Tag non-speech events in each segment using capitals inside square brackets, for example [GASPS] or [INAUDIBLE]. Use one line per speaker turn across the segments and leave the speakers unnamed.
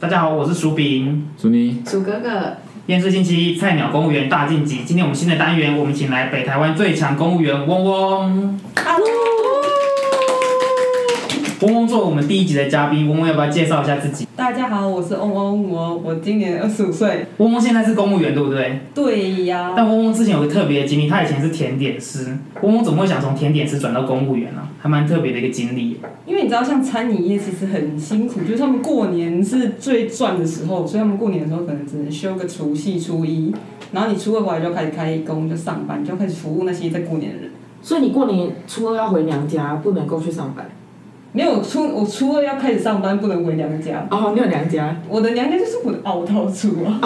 大家好，我是薯饼。
苏妮，
鼠哥哥，
厌世星期一菜鸟公务员大晋级，今天我们新的单元，我们请来北台湾最强公务员嗡嗡。嗡嗡作为我们第一集的嘉宾，嗡嗡要不要介绍一下自己？
大家好，我是嗡嗡，我我今年二十五岁。
嗡嗡现在是公务员，对不对？
对呀、
但嗡嗡之前有个特别的经历，他以前是甜点师。嗡嗡怎么会想从甜点师转到公务员呢、还蛮特别的一个经历。
因为你知道，像餐饮业其实很辛苦，就是他们过年是最赚的时候，所以他们过年的时候可能只能休个除夕、初一，然后你初二回来就开始开工，就上班，就开始服务那些在过年的人。
所以你过年初二要回娘家，不能够去上班。
没有初我初二要开始上班，不能回娘家。
哦，你有娘
[LAUGHS]
家？
我的娘家就是我的凹套处啊， [LAUGHS]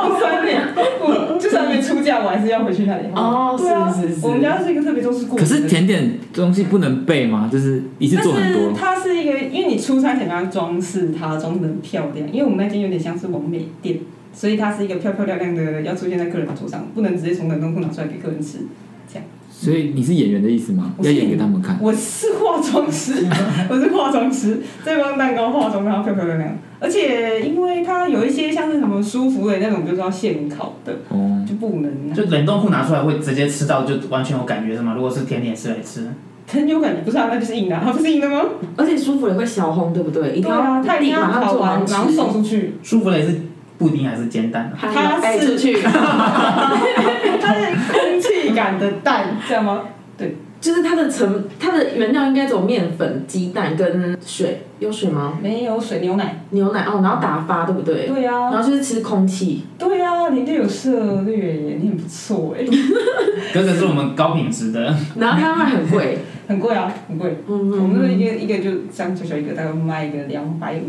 哦，
三年，我就算没出嫁，我还是要回去那里。对啊，
哦是是是。
我们家是一个特别重视过
可
年的
是甜点东西不能备吗？就是一次
但
做很
是
多，
它是一个，因为你出差前把它装饰它，装得很漂亮。因为我们那间有点像是完美店，所以它是一个漂漂亮亮的，要出现在客人桌上，不能直接从冷冻库拿出来给客人吃。
所以你是演员的意思吗？
我
要
是
演给他们看。
我是化妆师，我是化妆师，这帮蛋糕化妆让它漂漂亮亮。而且因为它有一些像是什么舒芙蕾那种，就是要现烤的，
哦，
就不能拿
就冷冻库拿出来会直接吃到，就完全有感觉是吗？如果是甜点师来吃，
很有感觉。不是啊，那就是硬的啊，它不是硬的吗？
而且舒芙蕾会小红，对不对？一定
对
要
啊，它一定要
马上
烤
做
完，然后送出去。
舒芙蕾是布丁还是煎蛋啊？
它带出去， [LAUGHS]
它是空气感的
[LAUGHS]
蛋，这样吗？
就是它的成它的原料应该只有面粉、鸡蛋跟水，有水吗？
没有水牛奶。
牛奶哦，然后打发，对不对？嗯
对呀、
然
啊，
后就是吃空气，
对呀、啊，你就有涉略耶，你很不错哎，
哥哥是我们高品质的。
然后它卖很贵，
[LAUGHS] 很贵啊，很贵。
嗯
我们这一个一个就这样小小一个，大概卖一个两百五。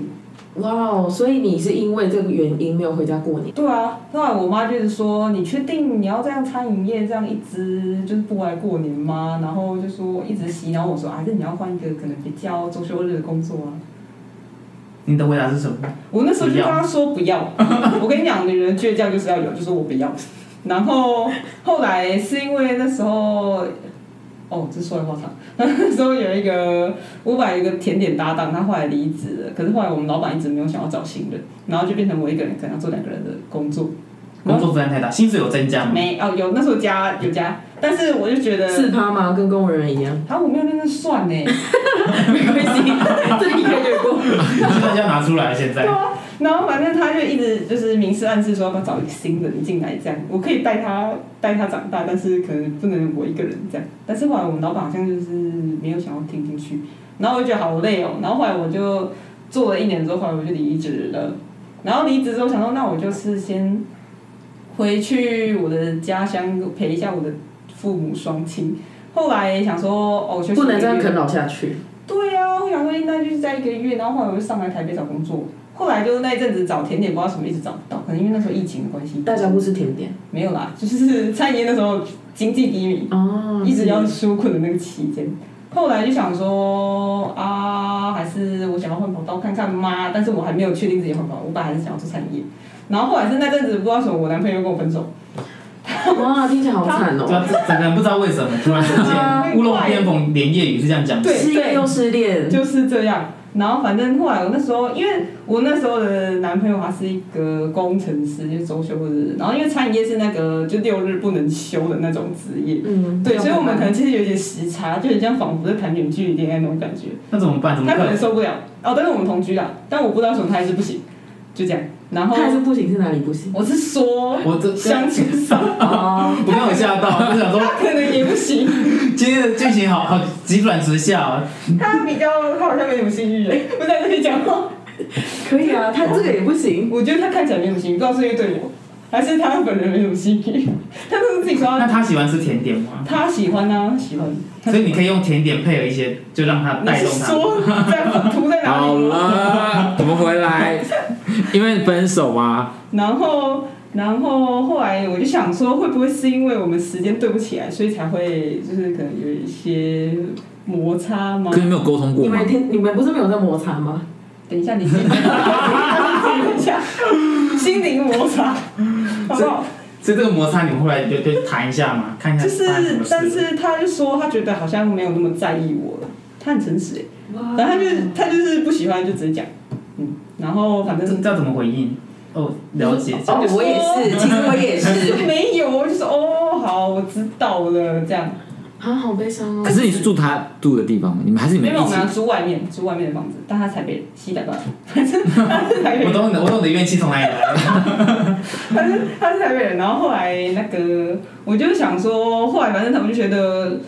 哇哦，所以你是因为这个原因没有回家过年，
对啊，后来我妈就是说，你确定你要这样餐饮业这样一直就是不来过年吗？然后就说一直洗脑我说，啊还是你要换一个可能比较周休日的工作啊。
你的回答是什么？
我那时候就跟他说不要，我跟你讲，女人倔强就是要有，就说我不要。然后后来是因为那时候，哦，这说来话长， [LAUGHS] 那时候有一个我本来有一个甜点搭档，他后来离职了，可是后来我们老板一直没有想要找新人，然后就变成我一个人可能要做两个人的工作。
工作负担太大，薪水有增加吗？
没哦，有那时候加有加，但是我就觉得，
四趴吗？跟公务人
[LAUGHS]
员一样，
啊，我没有认真算 [LAUGHS] 呢。
没关系，这一个月过。
[LAUGHS]
现在就要拿出来，现在。
然后反正他就一直就是明示暗示说要不要找一个新人进来这样，我可以带他带他长大，但是可能不能我一个人这样。但是后来我们老板好像就是没有想要听进去，然后我就觉得好累哦。然后后来我就做了一年之后，后来我就离职了。然后离职之后想说，那我就是先回去我的家乡陪一下我的父母双亲。后来想说，哦，休息
不能
一
这
个
样
月
啃老下去。
对啊，我想说那就是在一个月，然后后来我就上来台北找工作，后来就那一阵子找甜点，不知道什么一直找不到，可能因为那时候疫情的关系，
大家不吃甜点
没有啦， [LAUGHS] 就是餐饮业那时候经济低迷，
哦 [LAUGHS]
一直要纾困的那个期间。后来就想说啊，还是我想要换跑道看看嘛，但是我还没有确定自己换跑道，我本来还是想要做餐饮业。然后后来是那阵子不知道为什么，我男朋友跟我分手，
哇，听起来好惨
对
哦。
啊，这整个人不知道为什么突然之间乌龙边逢连夜雨是这样讲的。
对
失业又失恋，
就是这样。然后反正后来我那时候，因为我那时候的男朋友他是一个工程师，就是周休日。然后因为餐饮业是那个就六日不能休的那种职业，
嗯，
对，啊所以我们可
能
能其实有点时差，就很像仿佛在谈远距离恋爱那种感觉。
那怎么办？怎么
他可能
办？
受不了哦，但是我们同居啦，但我不知道为什么他还是不行，就这样。然后
他还是不行，是哪里不
[LAUGHS]
行？
我是说
我这
相处上，
哦，
我没有吓到，就想说
[LAUGHS] 他可能也不行，
今天的剧情好好急转直下哦。
他比较他好像没什么性欲， [LAUGHS] 哎，不在这里讲话。
可以啊，他这个也不行。
我觉得他看起来没什么性欲，不知道是因为对我，还是他本人没什么性欲。他都是自己说
那
他
他喜欢吃甜点吗？
他喜欢啊，他喜欢。
所以你可以用甜点配合一些，就让他
你
带
是
动他。
说在图在哪
好
里吗？
了，我们回来，因为分手嘛，
然后，然后后来我就想说，会不会是因为我们时间对不起来，所以才会就是可能有一些摩擦吗
可？你没有沟通过
你
吗
们？天，你们不是没有在摩擦吗？
等一下，你先 [LAUGHS] 等一下，心灵摩擦，好不好？
所以这个摩擦，你们后来就就谈一下嘛，看一下
就
发生什
是
么，事
但是他就说他觉得好像没有那么在意我了，他很诚实欸
哇
然后他就是他就是不喜欢就直接讲，嗯，然后反
这
正
这要怎么回应？哦，了
[LAUGHS]
解。
哦
我也是，其实我也是。
没有，我就说哦，好，我知道了，这样。
[LAUGHS] 啊，好悲伤哦
可。是你是住他住的地方吗？你们还是你
没
们
有，啊
一
我
起
们？要租外面，租外面的房子，但他台北西台湾， [LAUGHS] 反正他是台北
我懂你的，我懂你的怨气从哪里来了。
他是他是台北人，然后后来那个我就想说，后来反正他们就觉得，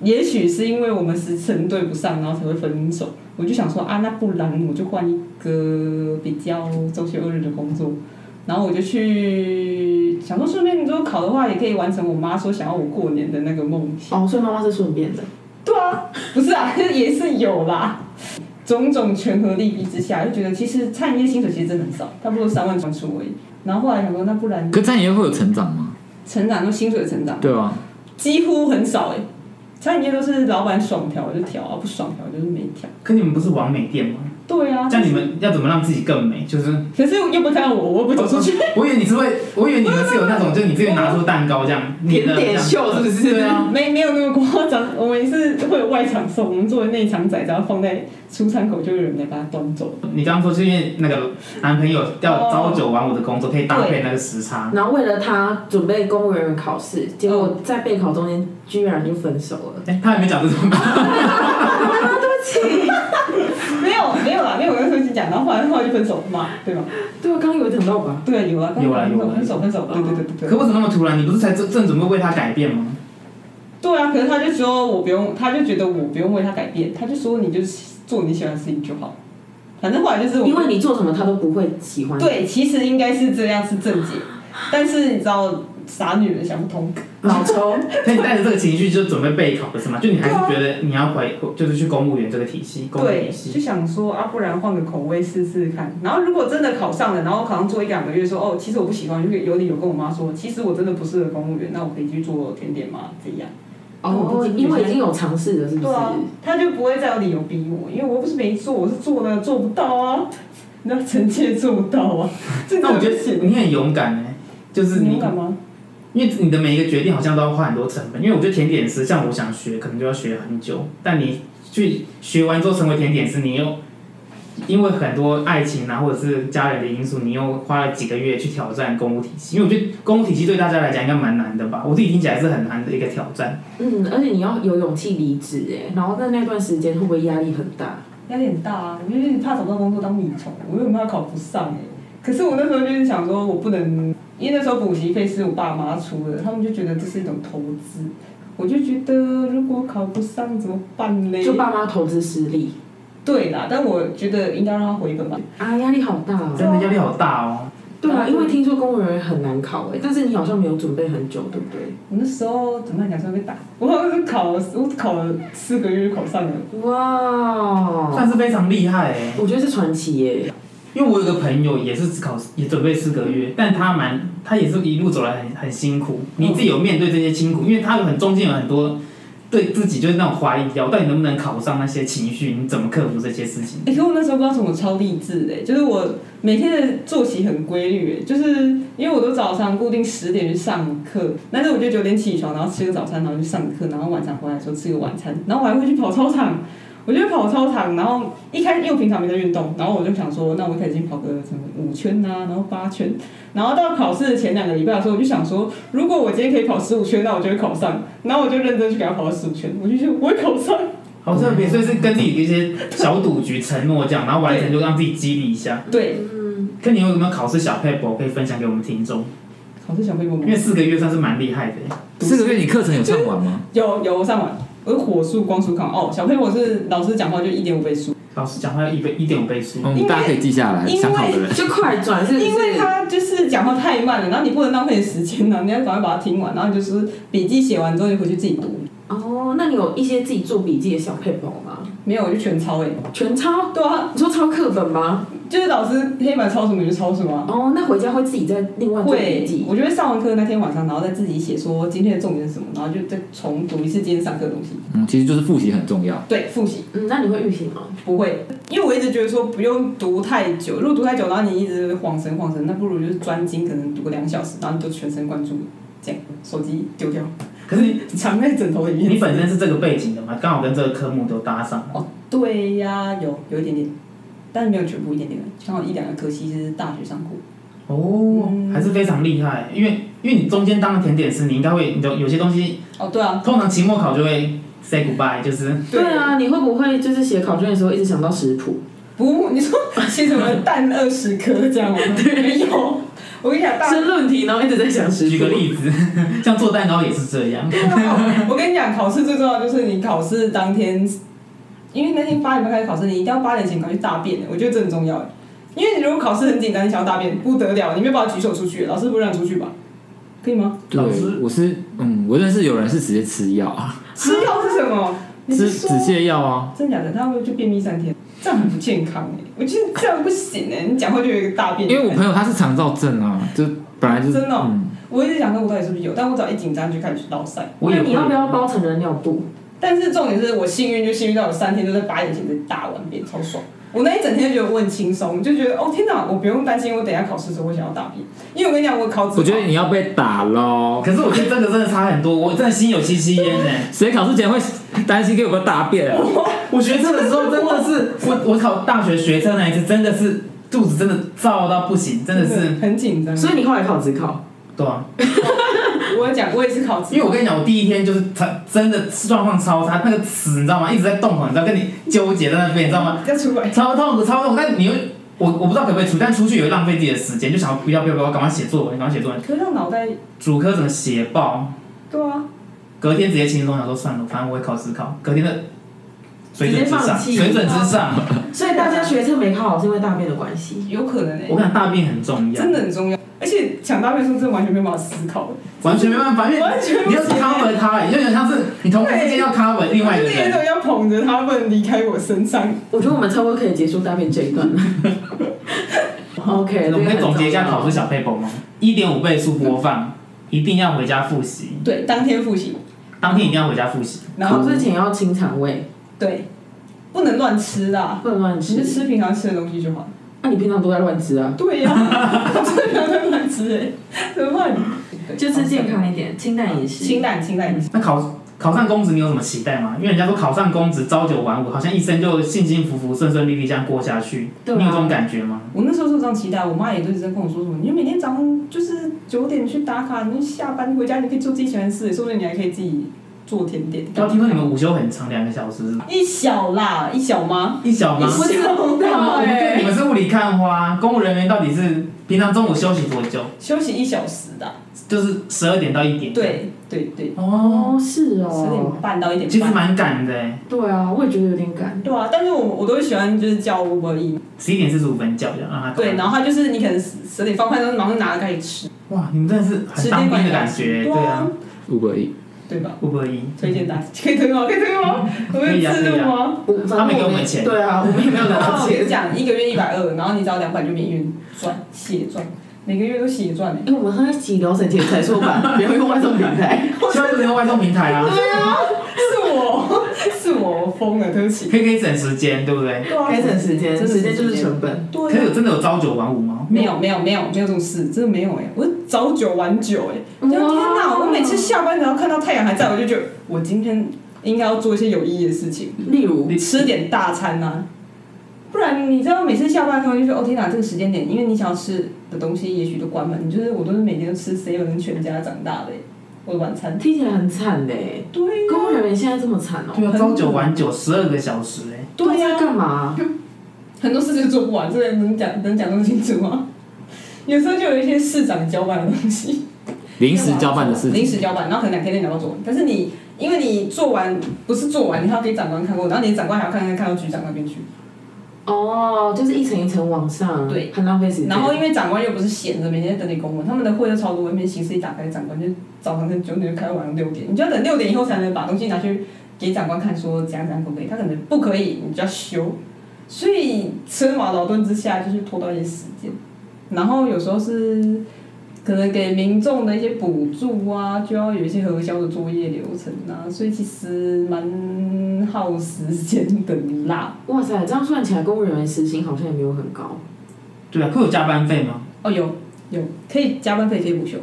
也许是因为我们时辰对不上，然后才会分手。我就想说啊，那不然我就换一个比较周休二日的工作，然后我就去想说，顺便如果考的话，也可以完成我妈说想要我过年的那个梦想。
哦，所以妈妈是顺便的。
对啊，不是啊， [LAUGHS] 也是有啦。种种权衡利弊之下，就觉得其实餐饮业薪水其实真的很少，差不多三万出而已。然后后来想说，那不然
可餐饮业会有成长吗？
成长，就薪水的成长，
对吧？
几乎很少哎、餐饮业都是老板爽调就调啊，不爽调就是没调。
可你们不是完美店吗？
对啊，
像你们要怎么让自己更美？就是
可是又不看到我，我又不走出去。
[LAUGHS] 我以为你是会，我以为你们是有那种，就是你自己拿出蛋糕这样，
甜
捏的这
点
样
秀是不是？
对啊，
没没有那么夸张，我们是会有外场送，我们作为内场仔，只要放在出餐口，就有人来把它端走。
你刚刚说是因为那个男朋友
哦
要朝九晚五的工作，可以搭配那个时差。
然后为了他准备公务人员考试，结果在备考中间居然就分手了。
哎，他还没讲这种吧？
没有没有啦，没有，我那时候已经讲，然后后来后来就分手嘛，对吧？
对啊，刚刚有讲到吧？
对，有啊，刚
有啊
刚分
有
手
啊
分手分手，嗯对对对对
可
对。
为什么那么突然？你不是才正正准备为他改变吗？ [LAUGHS]
对啊，可是他就说我不用，他就觉得我不用为他改变，他就说你就是做你喜欢的事情就好。反正后来就是我们
因为你做什么他都不会喜欢。， [LAUGHS]
对，其实应该是这样是正解，但是你知道傻女人想不通，
老抽。
那你带着这个情绪就准备备考，不是吗？就你还是觉得你要回，就是去公务员这个体系，公务
啊对，
体系。
就想说啊，不然换个口味试试看。然后如果真的考上了，然后考上做一两个月说哦，其实我不喜欢，就是有理有跟我妈说，其实我真的不适合公务员，那我可以去做甜点吗？这样，
[LAUGHS] 哦，因为已经有尝试了，是不
对
是？
啊，他就不会再有理由逼我，因为我又不是没做，我是做了做不到啊，那臣妾做不到啊， [LAUGHS] 这
那我觉
真的不行
得你很勇敢哎、就是
你
你
勇，敢吗？
因为你的每一个决定好像都要花很多成本。因为我觉得甜点师，像我想学，可能就要学很久。但你去学完之后成为甜点师，你又因为很多爱情啊，或者是家人的因素，你又花了几个月去挑战公务体系。因为我觉得公务体系对大家来讲应该蛮难的吧，我自己听起来是很难的一个挑战。
嗯，而且你要有勇气离职哎，然后在那段时间会不会压力很大？
压力很大啊，我就是怕找不到工作当米虫，我有没有考不上哎、可是我那时候就是想说，我不能，因为那时候补习费是我爸妈出的，他们就觉得这是一种投资，我就觉得如果考不上怎么办嘞？
就爸妈投资失利
对啦，但我觉得应该让他回本吧。
啊，压力好大哦。
真的压力好大哦。
对啊，因为听说公务人员很难考哎，但是你好像没有准备很久，对不对？
我那时候怎么样讲说被打，我好像是考了，我考了四个月就考上了。
哇，
算是非常厉害哎、
哦我觉得是传奇耶。
因为我有个朋友也是只考也准备四个月，但他蛮他也是一路走来很很辛苦，你自己有面对这些辛苦，因为他有很中间有很多对自己就是那种怀疑，我到底能不能考上那些情绪，你怎么克服这些事情？
哎、可我那时候不知道什么超励志的、欸就是我每天的作息很规律、欸，就是因为我都早上固定十点去上课，但是我就九点起床，然后吃个早餐，然后去上课，然后晚上回来的时候吃个晚餐，然后我还会去跑操场。我就跑操场，然后一开始因为我平常没在运动，然后我就想说，那我一开始先跑个什么五圈呐、然后八圈，然后到考试的前两个礼拜的时候，我就想说，如果我今天可以跑十五圈，那我就会考上，然后我就认真去给他跑了十五圈，我就觉得我会考上。
好特别，所以是跟自己一些小赌局承诺这样，然后完成就让自己激励一下。
对，
嗯，
看你有没有考试小 paper 可以分享给我们听众，
考试小费我
因
们
为四个月算是蛮厉害的、欸。
四个月你课程有上完吗？
有有我上完，我是火速光速考哦。小佩我是老师讲话就一点五倍速，
老师讲话要一倍一点五倍速，
因
嗯，
为
大家可以记下来，
因为
想考的人。
就快转是不是？
因为他就是讲话太慢了，然后你不能浪费时间呢、你要赶快把它听完，然后就是笔记写完之后你回去自己读。
哦，那你有一些自己做笔记的小配宝吗？
没有我就全抄哎、
全抄？
对啊，
你说抄课本吗？
就是老师黑板抄什么你就抄什么啊、
哦，那回家会自己再另外做哦笔
会
记，。
我就会上完课那天晚上，然后再自己写说今天的重点是什么，然后就再重读一次今天上课的东西。
嗯，其实就是复习很重要。
对，复习
嗯，那你会预习吗？
不会，因为我一直觉得说不用读太久，如果读太久，然后你一直晃神晃神，那不如就是专精，可能读个两小时，然后你就全神贯注，这样手机丢掉， [LAUGHS]
可是你
藏在枕头里 [LAUGHS] 面。
你本身是这个背景的嘛，刚好跟这个科目都搭上。
哦，对呀、有有一点点，但是没有全部一点点，刚好一两个科系是大学上过。
哦，还是非常厉害，因为因为你中间当了甜点师，你应该会，你懂有些东西，
哦，对啊，
通常期末考就会 say goodbye，就是
对，啊，你会不会就是写考卷的时候一直想到食谱？
不，你说写什么蛋二十颗这 [LAUGHS] 样吗？没有，我跟你讲，大
申论题，然后一直在想食谱。
举个例子， [LAUGHS] 像做蛋糕也是这样，
[LAUGHS] 我跟你讲，考试最重要的就是你考试当天，因为那天八点半开始考试，你一定要八点前赶快去大便，我觉得这很重要。因为你如果考试很简单，你想要大便不得了，你没有办法举手出去，老师不会让你出去吧？可以吗？
对
老师，
我是嗯，我认识有人是直接吃药啊，
吃药是什么？你
吃
是说
止泻药啊，
真假的？他会就便秘三天，这样很不健康哎、我觉得这样不行哎、你讲话就有一个大便。
因为我朋友他是肠燥症啊，就本来就是
真的哦
嗯，
我一直想说，我到底是不是有？但我只要一紧张就开始去闹塞。
我
那
也
你要不
会。
要包成人尿布？
但是重点是我幸运就幸运到我三天都在八点前就大完便，超爽。我那一整天就觉得我很轻松，就觉得哦天哪，我不用担心我等一下考试的时候会想要大便，因为我跟你讲，我考只
我觉得你要被打喽。
可是我觉得这个真的差很多，我真的心有戚戚焉呢。
谁考试前会担心给我个大便啊？
[LAUGHS] 我学车的时候真的是，我我考大学学车那一次真的是肚子真的燥到不行，真的是，
很紧
嗯
张。
所以你后来考职考，
对啊，
我有讲我也是考
因
职
为我跟你讲，我第一天就是他真的状况超差，那个词你知道吗？一直在动口，你知道跟你纠结在那边，你知道吗？
要出来，
超痛苦，超痛苦，但你又我我不知道可不可以出，但出去也会浪费自己的时间，就想要不要不要不要，赶快写作文，赶快写作文，
可是让脑袋
主科整个写爆，
对啊，
隔天直接轻松，想说算了，反正我会考职考，隔天的水准之
直接
上，
放弃
水准之上，
所以大家学测没考好是因为大便的关系。
有可能哎、
我跟你讲大便很重要
真，的很重要。而且抢大便的时候真的完全没有办法思考，
完全没办法，因为。
完全不
你要
行欸
cover 他、欸，就有点像是你同事之间要 cover 另外一
就
个
是有一
人。
种要捧着他，不能离开我身上。
我觉得我们差不多可以结束大便这一
[LAUGHS]
段了。OK，
我们可以总结一下考试
试。
小配博吗？一点五倍速播放，一定要回家复习，
对，当天复习，
当天一定要回家复习。
然
考
后
试前要清肠胃，
对，不能乱吃啦，
不能乱
只
吃
是。吃平常吃的东西就好了。
那、你平常都在乱吃啊？
对呀、我真的在乱吃哎，怎么办？
就吃健康一点，清淡饮
清
食。
淡清淡饮食。
那考考上公职你有什么期待吗？因为人家说考上公职朝九晚五，好像一生就幸幸福福、顺顺利利这样过下去。
对啊
你有这种感觉吗？
我那时候是这样期待，我妈也都一直在跟我说什么，你就每天早上就是九点去打卡，你下班回家你可以做自己喜欢的事，说不定你还可以自己做甜点。
我听说你们午休很长，两个小时是吗
一小啦，一小吗？
一小吗？
一小
不知 [LAUGHS] 道
对，你
哎。
们是雾里看花，公务人员到底是平常中午休息多久？
休息一小时的啊。
就是十二点到一点。。
对对对，
哦，
哦，是
十点
哦。
半到一点
其实
半。
蛮赶的欸。
对啊，我也觉得有点赶。
对啊，但是我我都会喜欢就是叫 Uber E，
十一点四十五分叫这样让他
对，然后他就是你可能十十点放饭，然后马上拿了开始吃，
哇，你们真的是
时
很当
间
兵
管
的
理大
感
师
觉，
对
对啊，
五百亿，
对吧？
不可以
推荐大家，可以推吗？可以推吗？我
可
们
以啊
有制度吗？
我
他没给我们钱
对啊，我们也没有拿
然
到
后
钱。
讲一个月一百二，然后你只要两百就免运赚，血赚，每个月都血
[LAUGHS]
赚
因为我们喝一起聊省钱才说吧，不要用外送平 [LAUGHS] 台。
千万不能用外送平台啊，
是我，是我疯了，对不起。
可以可以省时间，对不对？
对啊
该省时间，
真的
时间就是成本。
可
对
是
啊
有真的有朝九晚五吗？
没有没有没有没有这种事，真的没有哎、我是早九晚九哎、我就天哪！我每次下班然后看到太阳还在，我就觉得我今天应该要做一些有意义的事情，
例如，
你吃点大餐呐、不然你知道每次下班的时候就说哦天哪，这个时间点，因为你想要吃的东西也许都关门，你就是我都是每天都吃 seven 跟全家长大的欸、我的晚餐。
听起来很惨嘞。
对
公务人员现在这么惨哦、
对啊，朝九晚九，十二个小时哎，
对呀、
在干嘛？
很多事情做不完，这能讲能讲那么清楚吗？有时候就有一些市长交办的东西。
临时交办的事
临
情，
时交办，然后可能两天内拿到做完，但是你因为你做完不是做完，你还要给长官看过，然后你的长官还要看看看到局长那边去，
哦，就是一层一层往上，
对，
很浪费时间。
然后因为长官又不是闲着，每天在等你公文，他们的会都超多，外面形式一打开，长官就早上九点就开，晚上六点，你就要等六点以后才能把东西拿去给长官看，说怎样怎样可不可以，他可能不可以，你就要修，所以车马劳顿之下就是拖到一些时间，然后有时候是。可能给民众的一些补助啊，就要有一些核销的作业流程啊，所以其实蛮耗时间的啦。
哇塞，这样算起来，公务人员时薪好像也没有很高。
对啊，会有加班费吗？
哦，有有可以加班费，可以补休。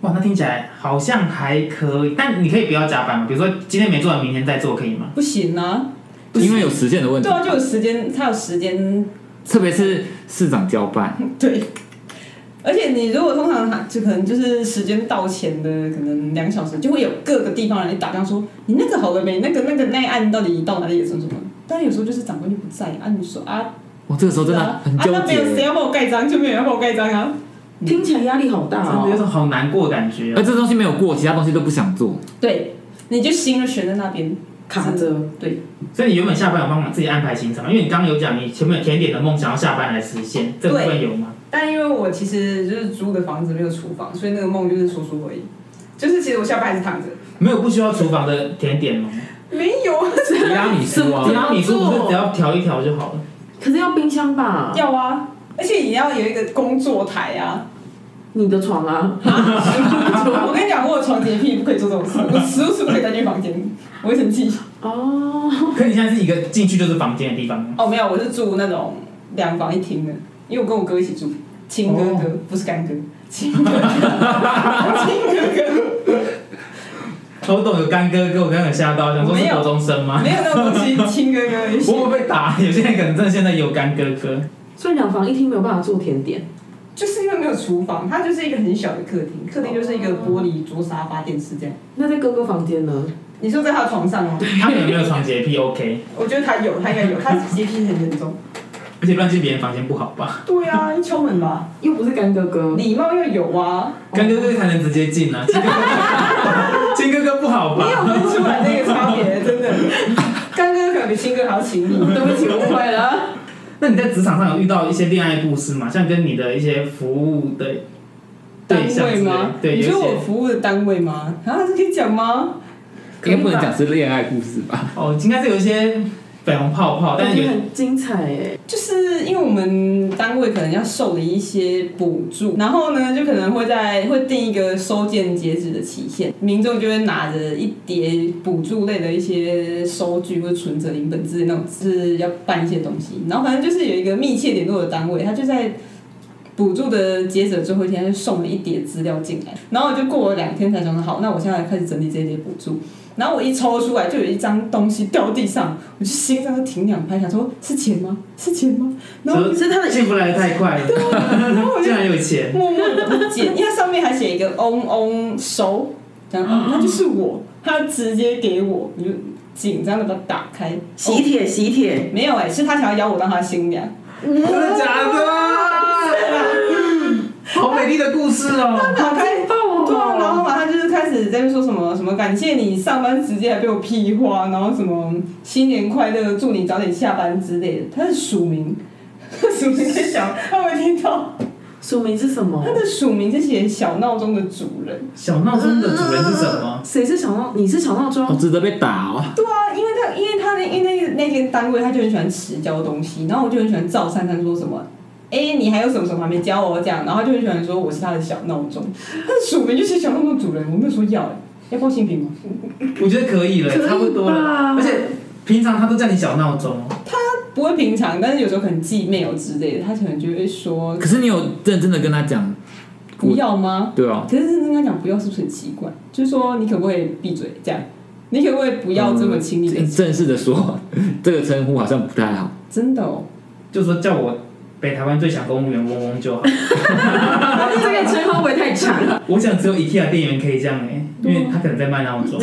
哇，那听起来好像还可以，但你可以不要加班嘛，比如说今天没做完，明天再做可以吗？
不行啊，
因为有时限的问题
啊对。啊，就有时间，他有时间
特别是市长交办，
对。而且你如果通常就可能就是时间到前的可能两小时，就会有各个地方人打电话说你那个好了没？那个那个那一案到底到哪里也算什么？但有时候就是长官就不在啊，你说啊，
我这个时候真的
啊
很
啊
纠
那没有谁
结。
要帮我盖章，就没有人要帮我盖章啊。
听起来压力好大
真的有
哦。
种好难过的感觉、啊
而这东西没有过，其他东西都不想做。
对，你就心就悬在那边
卡着。
对，
所以你原本下班有帮忙自己安排行程吗？因为你刚刚有讲你前面有甜点的梦想要下班来实现，这部分有吗？
但因为我其实就是租的房子没有厨房，所以那个梦就是说说而已。就是其实我下班还是躺着，
没有不需要厨房的甜点吗？
没有啊，
提拉米苏
提
啊，
拉米苏不是只要调一调就好了？
可是要冰箱吧？
要啊，而且也要有一个工作台啊。
你的床啊？
[LAUGHS] 我跟你讲，我有床洁癖，不可以做这 [LAUGHS] 种事，我时不时不可以带进房间，我会生气。
哦， [LAUGHS]
可你现在是一个进去就是房间的地方吗？
哦，没有，我是住那种两房一厅的，因为我跟我哥一起住，亲哥哥、不是干哥，哦亲哥哥，亲 [LAUGHS] 哥哥。
我懂有干哥哥，我刚刚有吓到，想说
没
是
有
国中生吗？
没有那种东西，亲哥哥一
我
起
会不会被打？有些人可能真的现在有干哥哥。
所以两房一厅没有办法做甜点。
就是因为没有厨房，它就是一个很小的客厅，客厅就是一个玻璃桌、沙发、电视这样。
那在哥哥房间呢？
你说在他的床上吗？
他们有没有床洁癖？OK，
我觉得他有，他应该有，他洁癖很严重。
而且乱进别人房间不好吧？
对啊，一敲门吧，
又不是干哥哥，
礼貌要有啊。
干哥哥才能直接进啊，亲哥哥 [LAUGHS] 亲哥哥不好
你有
吧？
分出来那个差别，真的。干哥可能比亲哥还要亲你。
对不起，误会了。
那你在职场上有遇到一些恋爱故事吗？像跟你的一些服务的对象之类的，对，
你
有一
说我
些
服务的单位吗？啊，这可以讲吗？
应该不能讲是恋爱故事吧？
哦，应该是有一些粉红泡泡，但
感
是
觉
有
很精彩哎。
就是因为我们单位可能要受理一些补助，然后呢，就可能会在会定一个收件截止的期限，民众就会拿着一叠补助类的一些收据或者存折、零本之类那种，是要办一些东西。然后反正就是有一个密切联络的单位，他就在。补助的截止的最后一天，他就送了一叠资料进来，然后我就过了两天才想到，好，那我现在开始整理这一叠补助。然后我一抽出来，就有一张东西掉地上，我就心脏就停两拍，想说是钱吗？是钱吗？然后我就
只是他的幸福来的太快了，
啊
[LAUGHS] 竟然有
[LAUGHS]
钱，
默默的不捡，因为它上面还写一个嗡嗡收，
[GASPS]
然后、哦那就是我，他直接给我，我就紧张的把它打开，
喜帖喜帖，
哦没有哎、是他想要邀我当他新娘，
真的假的？好美丽的故事哦！
打开。对啊，然后嘛，他就是开始在那边说什么什么感谢你上班时间还被我屁话，然后什么新年快乐，祝你早点下班之类的。他是署名，署名在想， [LAUGHS] 他没听到，
署名是什么
他？的署名是写小闹钟的主人。
小闹钟的主人是什么？
谁是小闹？你是小闹
好
[LAUGHS] 钟？
值得被打哦！
对啊，因为他因为他那因为那个那间单位他就很喜欢迟交东西，然后我就很喜欢照三餐说什么。哎、你还有什么什么还没教哦我这样，然后他就很喜欢说我是他的小闹钟，他的署名就是小闹钟主人，我没有说要、欸，要报性平吗？
我觉得可以了，差不多了，而且平常他都叫你小闹钟哦。
不会平常，但是有时候可能寄 mail 之类的，他可能就会说
可是你有认真的跟他讲，
不要吗？
对哦，
可是认真跟他讲不要是不是很奇怪？就是说你可不可以闭嘴这样？你可不可以不要这么亲密的？
嗯正式的说，这个称呼好像不太好。
真的哦，
就说叫我北台湾最强公务员嗡嗡就
[LAUGHS]
好。
这个称呼不会太长了？
我想只有 IKEA 店员可以这样哎、
啊
因为他可能在卖闹钟，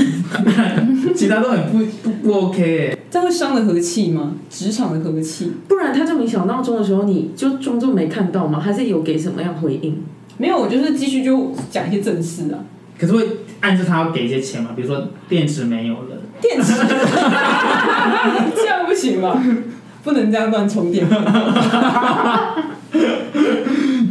[LAUGHS] 其他都很不不不 OK 哎、
这样会伤了和气吗？职场的和气？
不然他叫你小闹钟的时候，你就装作没看到吗？还是有给什么样回应？
没有，我就是继续就讲一些正事啊。 [LAUGHS]
可是会暗示他要给一些钱嘛，比如说电池没有
[LAUGHS]
了，
电池，这样不行吧？不能这样乱充电，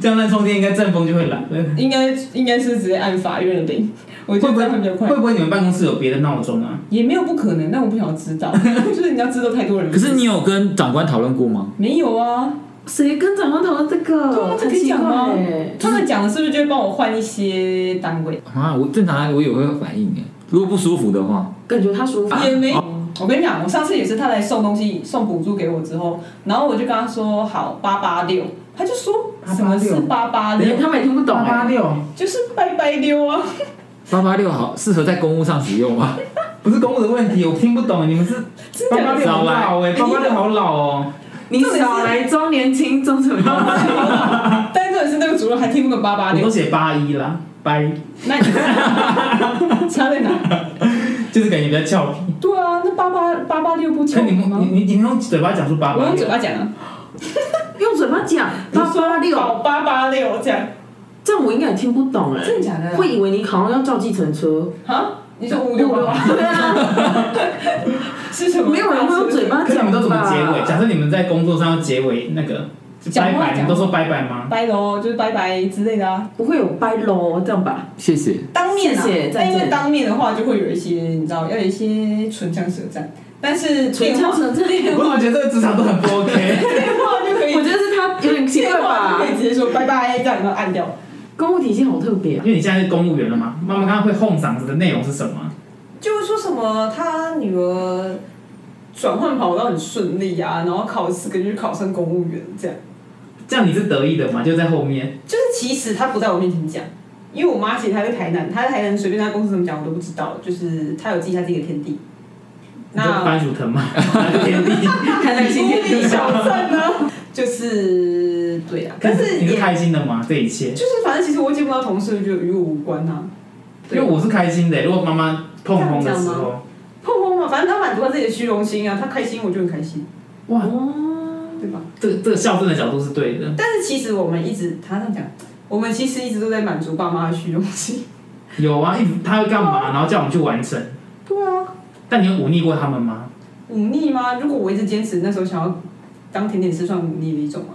这样乱充电应该阵风就会来了。
应该应该是直接按法院的铃，我觉
会
得
不会
这样会比较快
会。不会你们办公室有别的闹钟啊？
也没有不可能，但我不想要知道， [LAUGHS] 就是你要知道太多人。
可是你有跟长官讨论过吗？
没有啊？
谁跟长官讨论这
对啊
个？
这可
很
以
奇
讲吗
怪欸
他们讲的是不是就会帮我换一些单位？
啊，我正常我也会有反应哎，如果不舒服的话，
感觉他舒服。
也没。我跟你讲，我上次也是他来送东西、送补助给我之后，然后我就跟他说好八八六，他就说什么是八八
啊连
六，
他们也听不懂
欸
八八
哎，
六
就是拜拜溜啊。
八八六好适合在公务上使用吗？ [LAUGHS]
欸
欸
不是公务的问题，我听不懂，你们是八八六好老哎、八八六好老哦、
你少来装年轻，装什么？
但真的是那个主任还听不懂八八
我
六
都，写八一啦，八一
那你差在哪？
就是感觉比较俏皮。
对啊，那八八八八六不
可
巧
你们
吗？
你你你用嘴巴讲出八
我
八
用
六
嘴，巴讲啊，
[LAUGHS] 用嘴巴讲八八六，
搞八八六这样，
这样我应该也听不懂哎、
真的假的
会以为你好像要叫计程车，
啊？你说五六八八
对啊，
是什么？
没有人会用嘴巴
可你
讲
们都怎么
吧？
结尾？假设你们在工作上要结尾那个就
讲
拜
话
拜，你
讲
们都说拜拜吗？
拜喽，就是拜拜之类的啊。
不会有掰喽这样吧？
谢谢。
当面啊，
谢谢再
但
见
因为当面的话就会有一些，你知道，要有一些唇枪舌战。但是
唇
电
枪
话
舌战，
我怎么觉得这个职场都很不 OK？
电话就可以
我，觉得是他有点奇
电
怪
话
吧
就可？以直接说拜拜，这样就按掉。
公务体系好特别啊，
因为你现在是公务员了嘛，妈妈刚刚会哄嗓子的内容是什么？
就是说什么他女儿转换跑道很顺利啊，然后考四个就是考上公务员这样。
这样你是得意的嘛？就在后面，
就是其实他不在我面前讲，因为我妈其实她在台南，她在台南随便她公司怎么讲我都不知道，就是她有记下自己的天地。
你就
那
番薯藤嘛，
[LAUGHS]
那就天地。
看在心
无
里
理小镇 [LAUGHS] 呢，就是对啊，但
但
是
是你
也
是开心的嘛？这一切，
就是反正其实我见不到同事，就与我无关呐、啊。
因为我是开心的。如果妈妈碰碰的时
这样
候，
碰碰嘛，反正他满足他自己的虚荣心啊，他开心我就很开心，
哇，
哦，
对吧？
这这个孝顺的角度是对的，
但是其实我们一直他这样讲，我们其实一直都在满足爸妈的虚荣心。
有啊，一直他会干嘛，然后叫我们去完成。
对啊，
但你有忤逆过他们吗？
忤逆吗？如果我一直坚持，那时候想要当甜点师，算忤逆的一种吗？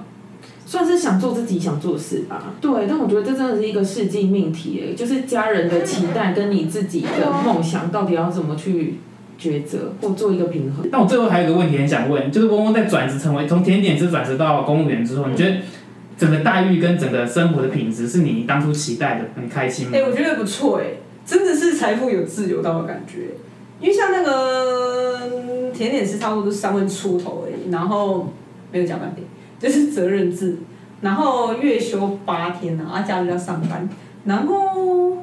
算是想做自己想做的事吧。对，但我觉得这真的是一个世纪命题哎，就是家人的期待跟你自己的梦想到底要怎么去抉择或做一个平 [LAUGHS] 衡。
那我最后还有一个问题很想问，就是翁翁在转职成为从甜点师转职到公务员之后，你觉得整个待遇跟整个生活的品质是你当初期待的，很开心吗
哎、？我觉得不错哎、真的是财富有自由到的感觉。因为像那个嗯甜点师，差不多都是三万出头而已，然后没有加班费，就是责任制，然后月休八天啊，啊假日要上班，然后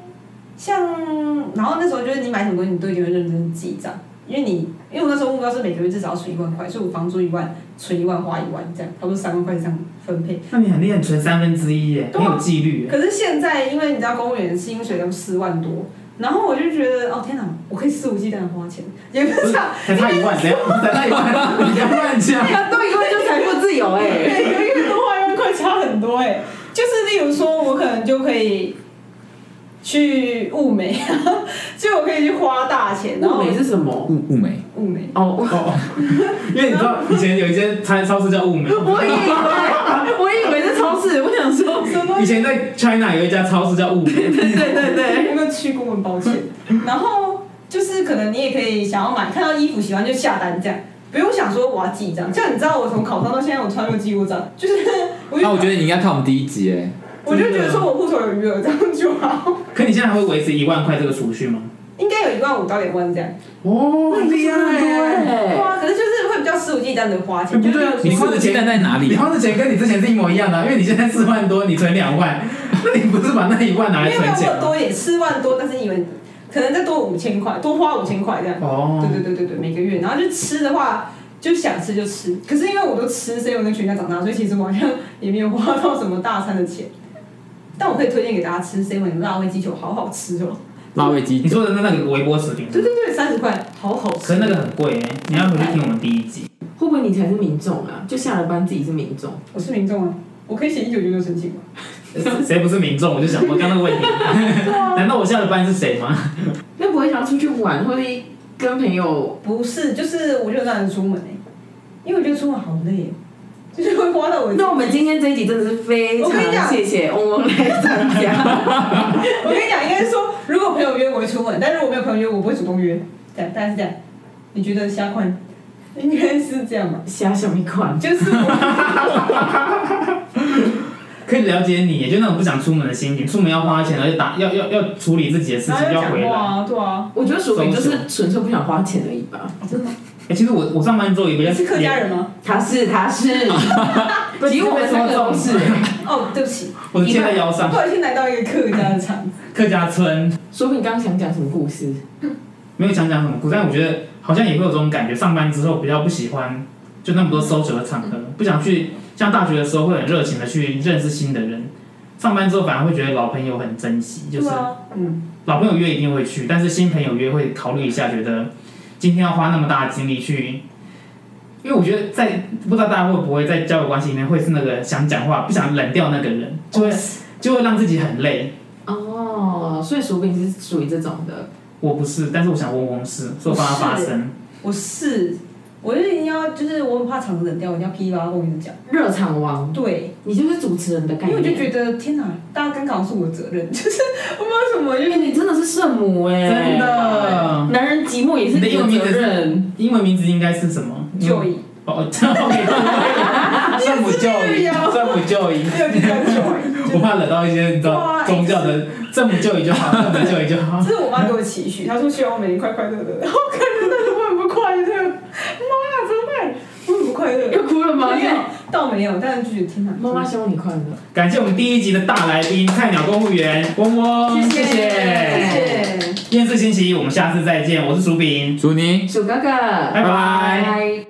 像然后那时候就是你买什么东西，你都一定会认真记账，因为你因为我那时候目标是每个月至少要存一万块，所以我房租一万，存一万花一万这样，差不多三万块这样分配。
那你很厉害，你存三分之一耶，
对
很
啊
有纪律耶。
可是现在，因为你知道公务员薪水都四万多，然后我就觉得，哦天哪，我可以肆无忌惮的花钱，也不
不
是啊
是
讲
才差一万，等一下才差一万，你不要乱讲。
都以后就财富自由哎、
每个月都花一万块差很多哎、就是例如说，我可能就可以去物美，就我可以去花大钱，然
物
后
美是什么？
物物美，
物美，
哦，
哦，因为你知道以前有一间餐超市叫物美，
[LAUGHS] 我以为 [LAUGHS] 我以为是超市，我想说，
以前在 China 有一家超市叫物美，
对对对对，
哎有没有去过？很抱 [LAUGHS] 歉。然后就是可能你也可以想要买，看到衣服喜欢就下单这样。不用想说我要记账，像你知道我从考上到现在，我从来没有记过账，就是啊我就
那我觉得你应该看我们第一集哎，
我就觉得说我户头有余额，这样就好。
可你现在还会维持一万块这个储蓄吗？
应该有一万五到两万这样。
哦，很厉害耶！
对
对，
啊，可是就是会比较肆无忌惮的花钱。
不对啊
就是
你花的钱在哪
你
里？啊
花的钱跟你之前是一模一样的啊、因为你现在四万多，你存两万， [LAUGHS] 那你不是把那一万拿
没
来
有没
存
有我
钱吗？
有多一点，四万多，但是你们可能再多五千块，多花五千块这样。
哦
对，对对对对，每个月。然后就吃的话，就想吃就吃。可是因为我都吃，所以我跟全家长大，所以其实我好像也没有花到什么大餐的钱。但我可以推荐给大家吃 seven 辣味鸡球，好好吃哦！
辣味鸡
你，说的那个微波食品，
对对对，三十块，好好
可
吃。
是那个很贵耶，你要回去听我们第一
[LAUGHS]
集。
会不会你才是民众啊？就下了班自己是民众，
我是民众啊，我可以写一九九九申请吗？
谁不是民众？我就想问刚刚那个问题，
啊
难道我下了班是谁吗？
那不会想要出去玩，或者跟朋友
不是，就是我就懒得出门哎、因为我觉得出门好累、哦， [LAUGHS] 就是会花到我。
那我们今天这一集真的是非
我跟你
常
讲
谢谢翁翁来参 [LAUGHS] 加，
[LAUGHS] 我跟你讲，应该是说，如果朋友约我会出门，但如果没有朋友约，我不会主动约。这样，大概是这样。你觉得虾款应该是这样吧？
瞎想一款，
就是
[LAUGHS]
我
可以了解你耶，就那种不想出门的心情，出门要花钱，而且打要要要处理自己的事
然后
情，要
又
回
讲话
来。
啊，对啊。
我觉得属于就是纯粹不想花钱而已吧。
真的吗？
哎、其实我我上班之后也比较
你是客家人吗？
他是他 [LAUGHS] 是，
不是
其实我们三个都是，
哦，对不起，
我的切在腰上
不，小心来到一个客家的场子。
客家村
说不定刚刚想讲什么故事，
没有想讲什么，但我觉得好像也会有这种感觉，上班之后比较不喜欢就那么多 social 的场合，不想去。像大学的时候会很热情的去认识新的人，上班之后反而会觉得老朋友很珍惜， [LAUGHS] 就是
对啊，
嗯
老朋友约一定会去，但是新朋友约会考虑一下，觉得今天要花那么大的精力去，因为我觉得在不知道大家会不会在交友关系里面会是那个想讲话不想冷掉那个人，就会就会让自己很累。
哦，所以薯饼是属于这种的，
我不是，但是我想问翁是，所以我帮他发声。
我是，我就一定要，就是我很怕场子冷掉，我一定要噼里啪啦跟我一直讲。
热场王，
对，
你就是主持人的概
因为
念。
我就觉得天哪，大家尴尬是我的责任， [LAUGHS] 就是我不知道为什么，
因
因
为
为
哎你真的是圣母哎、
真的
男人寂寞也是你的责任。
英文名字应该是什么？
就
嗯
一
哦，OK，圣母教
你也是这
仪，
样
圣母教仪。
没有就
[LAUGHS]
叫就
我怕惹到一些你知道
哇
宗教的圣母教仪就好，
[LAUGHS]
圣母教仪就好
一，。这是我妈给我期许，她说希望我每年快快乐乐的， [LAUGHS] 然后看着但是我很不快乐，妈呀，怎么办？我很不快乐，
又哭了吗？
没有，倒没有，但是就觉得天哪，
妈妈希望你快乐。
感谢我们第一集的大来宾菜鸟公务员嗡嗡，
谢
谢
谢谢。
哎
厌世星期一，我们下次再见，我是薯饼。
祝你
鼠哥哥，
拜拜
拜